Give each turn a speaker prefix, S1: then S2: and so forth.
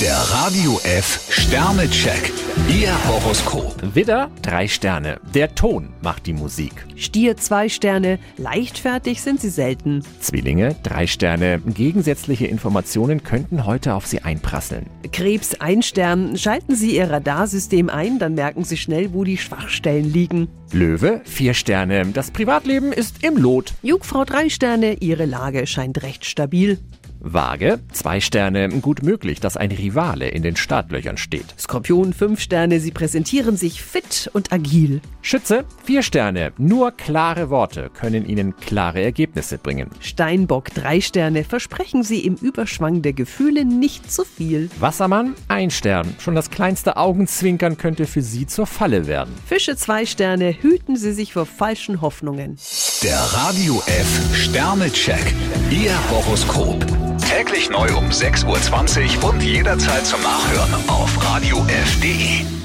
S1: Der Radio F Sternecheck. Ihr Horoskop.
S2: Widder, drei Sterne. Der Ton macht die Musik.
S3: Stier zwei Sterne, leichtfertig sind sie selten.
S2: Zwillinge, drei Sterne. Gegensätzliche Informationen könnten heute auf sie einprasseln.
S3: Krebs ein Stern, schalten Sie Ihr Radarsystem ein, dann merken Sie schnell, wo die Schwachstellen liegen.
S2: Löwe, vier Sterne. Das Privatleben ist im Lot.
S3: Jungfrau drei Sterne, Ihre Lage scheint recht stabil.
S2: Waage, zwei Sterne. Gut möglich, dass ein Rivale in den Startlöchern steht.
S3: Skorpion fünf Sterne, Sie präsentieren sich fit und agil.
S2: Schütze, vier Sterne. Nur klare Worte können ihnen klare Ergebnisse bringen.
S3: Steinbock drei Sterne, versprechen Sie im Überschwang der Gefühle nicht zu viel.
S2: Wassermann, ein Stern. Schon das kleinste Augenzwinkern könnte für sie zur Falle werden.
S3: Fische zwei Sterne, hüten Sie sich vor falschen Hoffnungen.
S1: Der Radio F Sternecheck. Ihr Horoskop. Täglich neu um 6.20 Uhr und jederzeit zum Nachhören auf Radio radiof.de.